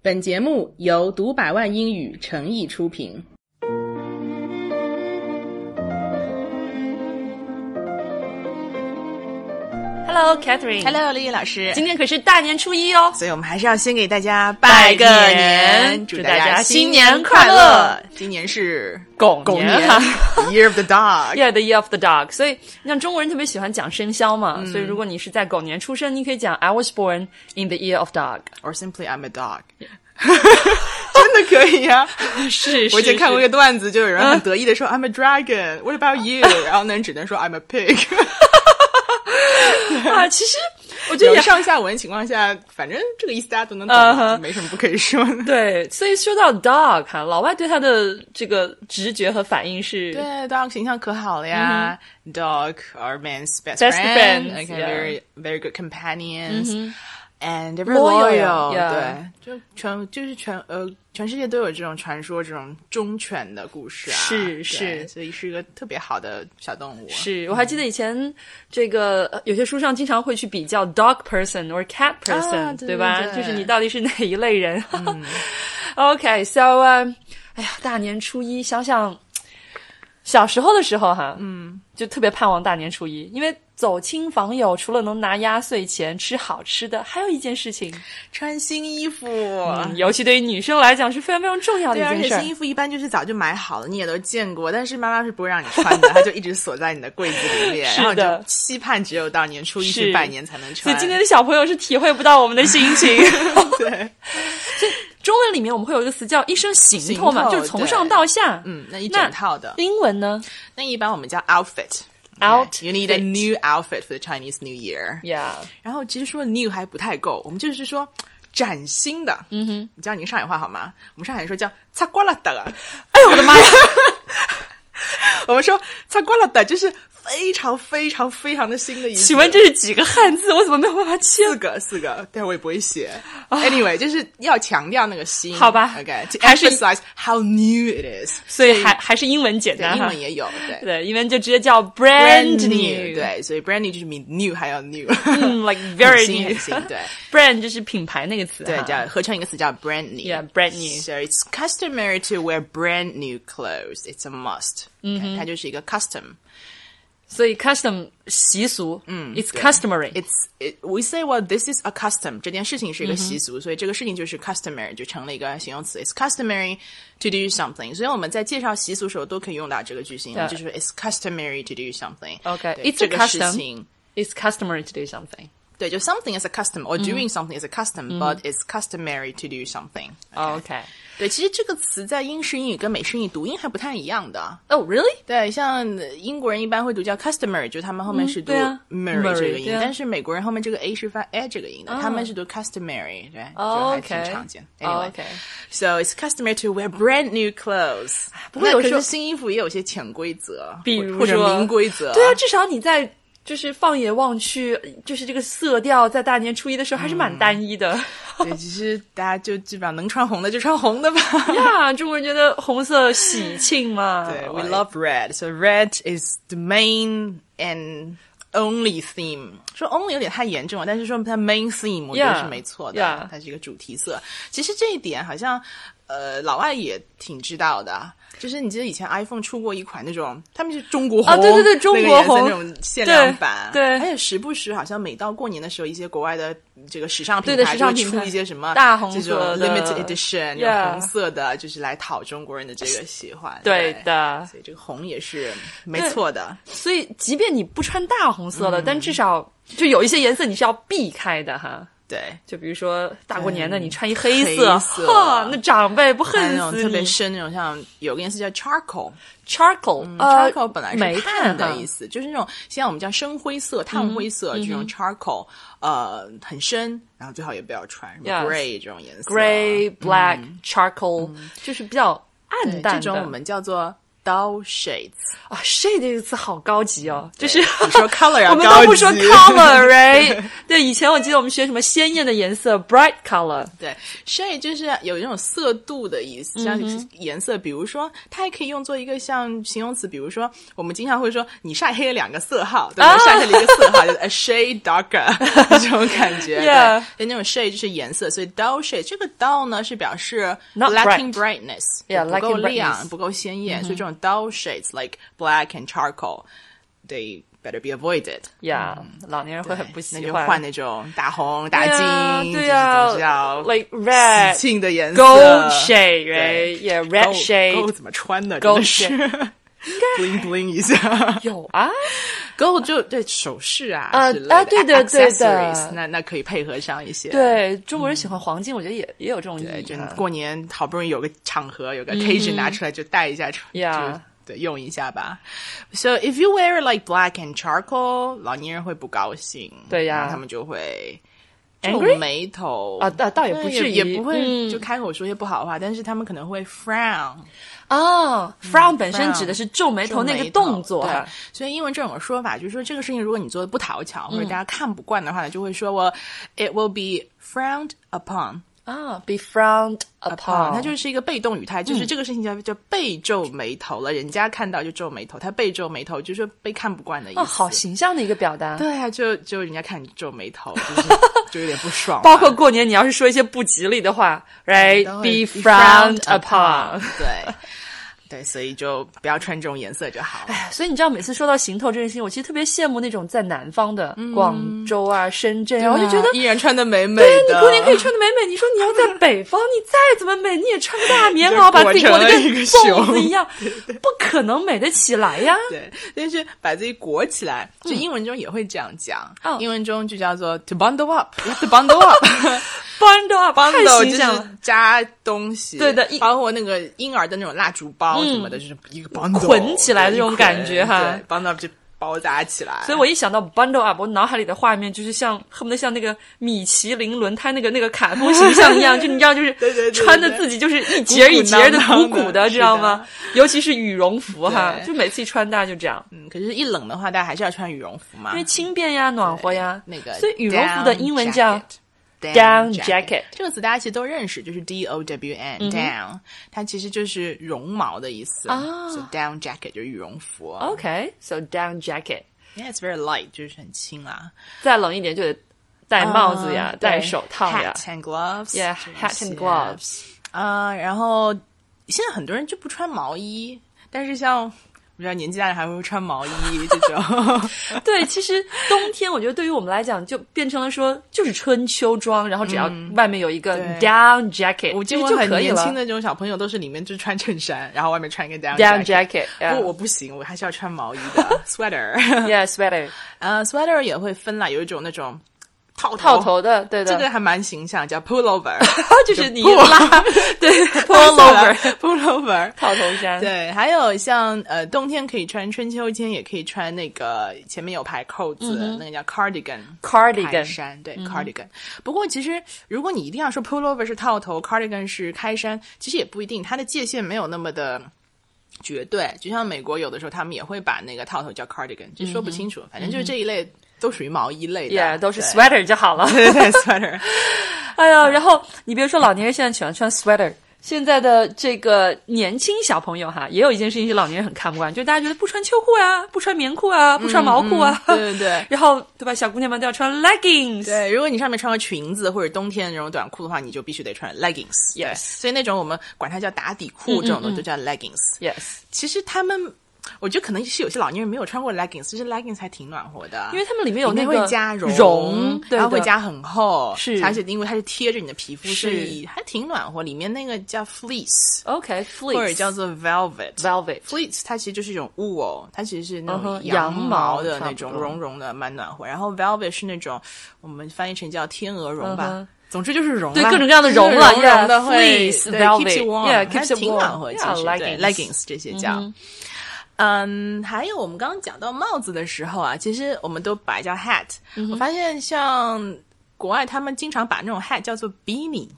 本节目由读百万英语诚意出品。 Hello, Catherine。 Hello，丽丽老师，今天可是大年初一哦。所以我们还是要先给大家拜个年祝祝大大家新新年快快乐！今年是 狗狗年啊年，Year of the Dog。 Yeah, the year of the dog。所以，你像中国人特别喜欢讲生肖嘛，嗯所以如果你是在狗年出生，你可以讲 I was born in the year of dog。 Or simply I'm a dog，真的可以呀、 是，我以前看过一个个段子，就有人很得意的说、I'm a dragon，What about you？然后那人只能说 I'm a pig。啊，其实我觉得有也上下文情况下，反正这个意思大家都能懂嗯哼没什么不可以说的。对。所以说到 dog 哈、老外对它的这个直觉和反应是对，dog 形象可好了呀。Dog are man's best, 嗯 Best friend, okay, friends, yeah. 嗯 very very good companions.、And they're very Loyal, loyal，, yeah. 对，就全就是全呃，全世界都有这种传说，这种忠犬的故事啊，是对是所以是一个特别好的小动物。是我还记得以前这个呃有些书上经常会去比较 dog person or cat person，、啊对吧对对嗯就是你到底是哪一类人、o k so、um, 哎呀，大年初一，想想小时候的时候哈，嗯，就特别盼望大年初一，因为走亲访友除了能拿压岁钱吃好吃的，还有一件事情，穿新衣服，嗯，尤其对于女生来讲是非常非常重要的对，一而件且事儿新。衣服一般就是早就买好了，你也都见过，但是妈妈是不会让你穿 的，她就一直锁在你的柜子里面，是然后你的就期盼只有到年初一是去拜年才能所穿。以今天的小朋友是体会不到我们的心 情。对。中文里面我们会有一个词叫一身行头嘛，行头就是从上到下。嗯，那一整套的。英文呢那一般我们叫 outfit。 Outfit You need a new outfit for the Chinese New Year。 ？Yeah，然后其实说 new 还不太够，我们就是说崭新的。嗯哼，你教你上海话好吗？我们上海人说 叫“擦瓜了的”，哎呦我的妈呀！ 我们说“擦瓜了的”就是非常非常非常的新的意思。请问这是几个汉字？我怎么没有办法切？四个四个，但我也不会写。Anyway，就是要强调那个新，啊好吧？OK，to 还是 emphasize how new it is。所以还还是英文简对单英哈文。也有对。对，英文就直接叫 brand new，，对，所以 brand new 就是 mean new 还要 new， 嗯，like 很 very 新很 new。新，对 brand 就是品牌那个词哈，对，叫合成一个词叫 brand new。 Yeah, brand new. So it's customary to wear brand new clothes. It's a must. 嗯，它就是一个 custom. 所以 custom 习俗，嗯，it's customary。 It's it, we say well this is a custom. 这件事情是一个习俗，所以这个事情就是 customary 就成了一个形容词。It's customary to do something. 所以我们在介绍习俗的时候都可以用到这个句型，对就是 it's customary to do something. Okay, 对 it's 这 a 个事 custom. 情。 It's customary to do something。对，就 something is a custom or 嗯 doing something is a custom, but it's customary to do something. Oh， OK。对，其实这个词在英式英语跟美式英语读音还不太一样的。 Oh really？对，像英国人一般会读叫 customer，就是他们后面是读对啊 Mary 这个 Mary，对音啊，嗯但是美国人后面这个 a 是发 a 这个音的，他们是读 customary，对，就哦还挺 OK 常见。哦 Anyway， ，OK so it's customary to wear brand new clothes。不过有时候新衣服也有些潜规则，比或如或者说明规则。对啊，至少你在就是放眼望去，就是这个色调在大年初一的时候还是嗯蛮单一的。 对，其实大家就基本上能穿红的就穿红的吧。 呀，中国人觉得红色喜庆嘛， 哎对，we like- love red. So red is the main and only theme. 说 only 有点太严重了，但是说它 main theme 我觉 Yeah, 得是没错的 yeah. 它是一个主题色。其实这一点好像呃老外也挺知道的。啊就是你记得以前 iPhone 出过一款那种，他们是中国红，啊对对对中国红那个颜色那种限量版，对对而且时不时好像每到过年的时候，一些国外的这个时尚品对的牌时尚就会品牌出一些什么大红这种色的 limited edition 那 Yeah 种红色的，就是来讨中国人的这个喜欢。对的，所以这个红也是没错的。所以即便你不穿大红色的，嗯但至少就有一些颜色你是要避开的哈。对，就比如说大过年的，嗯你穿一黑黑色呵，那长辈不还有恨那种死特别你深那种，像有个颜色叫 charcoal，charcoal、 ？charcoal，呃 charcoal 本来煤是炭炭的意思。思，就是那种现在我们叫深灰色、嗯炭灰色这种 charcoal，呃，很深，然后最好也不要穿什么 Yes gray 这种颜色。啊嗯 gray、black、charcoal，就是比较暗对淡这的种我们叫做刀 shades。啊，shade 这个词好高级哦，嗯就是你说 color 啊， 我们都不说高级 color，right？对，以前我记得我们学什么鲜艳的颜色，bright color。对，shade 就是有一种色度的意思，嗯像颜色，比如说它还可以用作一个像形容词，比如说我们经常会说你晒黑了两个色号，对啊吧？晒黑了一个色号，就是 a shade darker 这种感觉。 Yeah 对，那种 shade 就是颜色，所以 dull shade 这个 dull 呢是表示 Not lacking brightness， Yeah，不够 lacking 亮， brightness 嗯不够鲜艳，所以这种 dull shades like black and charcoal they better be avoided。呀、老年人会很不嗯对喜那就欢。换那种大红、大金，对呀、就是总是要 l i k e red 喜庆的颜色 gold shade，对 right? Yeah, red gold shade 怎么穿的 Gold 真的是 bling bling 一下有啊， ，gold 就对首饰啊啊之类的啊对的 accessories，对的那那可以配合上一些。对中国人喜欢黄金，我觉得也也有这种意对，嗯义就啊、嗯过年好不容易有个场合，有个 occasion 拿出来就戴一下，就 Yeah 对用一下吧。So if you wear like black and charcoal，老年人会不高兴，对呀然后他们就会。 Angry？皱眉头啊倒倒也不对至于也不会嗯就开口说些不好的话，但是他们可能会 frown，啊、f r o w n 本身 frown 指的是皱眉哎头嗯那皱个眉动作对哈。所以英文这种说法就是说，这个事情如果你做的不讨巧、嗯或者大家看不惯的话呢，就会说我 it will be frowned upon。啊、b e frowned upon，嗯它就是一个被动语态，就是这个事情叫叫被皱眉头了，人家看到就皱眉头，他被皱眉头就是被看不惯的意思。啊、好形象的一个表达。对啊，就就人家看你皱眉头， 就是就有点不爽嘛。包括过年，你要是说一些不吉利的话都，right？Be 哎会 frowned upon。对对，所以就不要穿这种颜色就好了。所以你知道，每次说到行头这件事情，我其实特别羡慕那种在南方的广州啊、深圳啊，我就觉得， 依然嗯穿的美美的，对啊你过年可以穿的美美。你说你要在北方，你再怎么美，你也穿个大棉 袄，就裹把自己裹得成跟了一个粽熊子一样，不可能美得起来 呀。对，但是把自己裹起来，就英文中也会这样讲。嗯英文中就叫做 to bundle up，you have to bundle up。 bundle 啊， 太 bundle 形就象了是。加东西，对的一嗯包括那个婴儿的那种蜡烛包什么的，就是一个 bundle 捆起来的这种感觉哈对，bundle up 就包扎起来。所以我一想到 bundle up，我脑海里的画面就是像恨不得像那个米其林轮胎那个那个卡通形象一 样，就你知道，就是对对对对穿的自己就是一节一节的鼓鼓鼓鼓囊囊的知道吗？尤其是羽绒服哈，对就每次一穿搭就这样，嗯，可是，一冷的话，大家还是要穿羽绒服嘛因为。轻便呀、暖和呀，那个，所以羽绒服的英文叫 down down jacket 嗯这个词大家其实都认识，就是 d o w n down，它其实就是绒毛的意思啊哦所以 down jacket 就是羽绒服。 OK，so、down jacket， Yeah, it's very light，就是很轻啦。再冷一点就得戴帽子呀，嗯戴对手套呀，hat and gloves。 ，yeah hat and gloves。啊，然后现在很多人就不穿毛衣，但是像我知道年纪大的还会穿毛衣这种。 对，其实冬天我觉得对于我们来讲，就变成了说就是春秋装，然后只要外面有一个嗯对 down jacket，我其见实过就很可以年了轻。的这种小朋友，都是里面就穿衬衫，然后外面穿一个 down down jacket。 jacket，嗯不，我不行，我还是要穿毛衣的 sweater。 yeah sweater 呃、s w e a t e r 也会分啦，有一种那种套 套头的，对的，哦哦这个还蛮形象，叫 pullover。就是你一拉， 对 pullover pullover。套头衫，啊 对，还有像呃，冬天可以穿，春秋天也可以穿那个前面有排扣子，那个叫 cardigan。开 cardigan 嗯衫对 cardigan，、不过其实如果你一定要说 pullover 是套头，cardigan 是开衫，其实也不一定，它的界限没有那么的绝对。就像美国有的时候他们也会把那个套头叫 cardigan，就嗯说不清楚，反正就是这一类都属于毛衣类的，yeah 都是对 sweater 就好了。对对 sweater。哎呀，然后你别说老年人现在喜欢穿 sweater，现在的这个年轻小朋友哈，也有一件事情是老年人很看不惯，就是大家觉得不穿秋裤啊，不穿棉裤啊，不穿毛裤啊，嗯对对对然后对吧，小姑娘们都要穿 leggings，对，如果你上面穿个裙子或者冬天的那种短裤的话，你就必须得穿 leggings 对。 Yes 嗯所以那种我们管它叫打底裤这种东西就叫 leggings。 Yes，其实他们，我觉得可能是有些老年人没有穿过 leggings，其实 leggings 还挺暖和的，啊因为他们里面有里那面个会加绒，绒，对然后的会加很厚，是而且因为它是贴着你的皮肤，是所以还挺暖和。里面那个叫 fleece， OK fleece 或者叫做 velvet。 velvet， fleece 它其实就是一种 wool，它其实是那嗯哼种羊毛毛的差那不种多绒绒的，蛮暖和。然后 velvet 是那种我们翻译成叫天鹅绒吧。嗯哼总之就是绒啦，对各种各样的绒了了，绒绒的 yeah，会 fleece，对 velvet， keeps you warm， yeah，还 keeps you 挺暖和。 warm，其实 yeah，对 leggings leggings 这些叫，嗯，还有我们刚刚讲到帽子的时候啊，其实我们都把它叫 hat。我嗯发现像国外他们经常把那种 hat 叫做 beanie。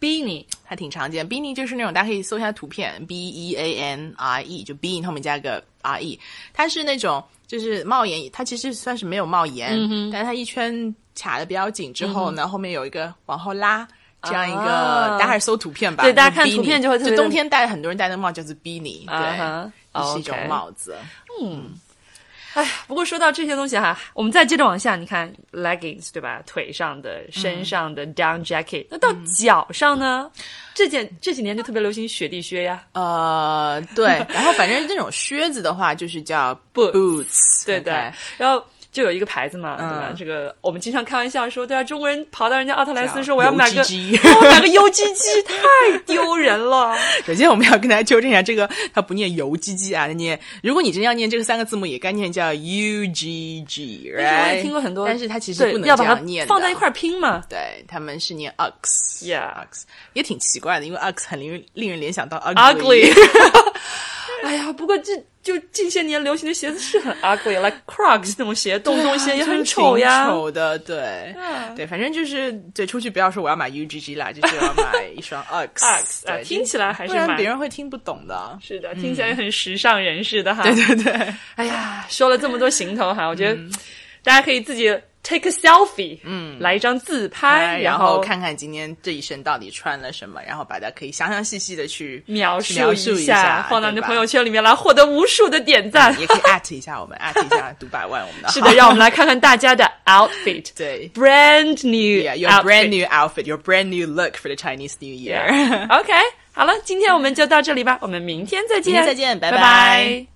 beanie 还挺常见。beanie 就是那种大家可以搜一下图片，b e a n r e，就 bean 后面加个 r e，它是那种就是帽檐，它其实算是没有帽檐，嗯但是它一圈卡的比较紧之后呢，后面有一个往后拉。这样一个，啊大家还是搜图片吧。对大家看 beanie 图片就会特别就冬天戴很多人戴的帽叫做 beanie，啊对，Uh-huh 哈就是一种 OK 帽子。不过说到这些东西哈，我们再接着往下，你看 leggings 对吧？腿上的、身上的 down jacket，、那到脚上呢？这件这几年就特别流行雪地靴呀，呃，对，然后反正这种靴子的话，就是叫 Boots boots，对对。 OK 然后就有一个牌子嘛，对吧？嗯这个我们经常开玩笑说，对啊，中国人跑到人家奥特莱斯叫说我要买个 UGG 我要买个 U G G，太丢人了。首先我们要跟大家纠正一下，这个它不念油鸡鸡啊，它念。如果你真要念这个三个字母，也该念叫 U G G，因为我也听过很多，但是它其实对不能要这把它样念，放在一。块儿拼嘛。对，他们是念 ux，ux Yeah 也挺奇怪的，因为 ux 很令人令人联想到 ugly。哎呀，不过这就近些年流行的鞋子是很 ugly，like Crocs 那种鞋，洞洞 鞋也很丑啊呀。就是挺丑的，对，对，反正就是对，出去不要说我要买 U G G 啦，就是要买一双 Ux， Ux，啊对听起来还是不然蛮别人会听不懂的。是的，听起来也很时尚人士的哈。对对对，嗯哎呀，说了这么多行头哈，我觉得大家可以自己 take a selfie，嗯，来一张自拍，哎然后后看看今天这一身到底穿了什么，然后把它可以详详细细的去描述描一述一放到你对的吧朋友圈里面来，获得无数的点赞。也可以 at 一下我们，at 一下读百万我们的。 是的，让我们来看看大家的 outfit。 对 Brand new ，Yeah, your outfit brand new outfit, your brand new look for the Chinese New Year. OK，好了，今天我们就到这里吧，我们明天再见，明天再见拜拜拜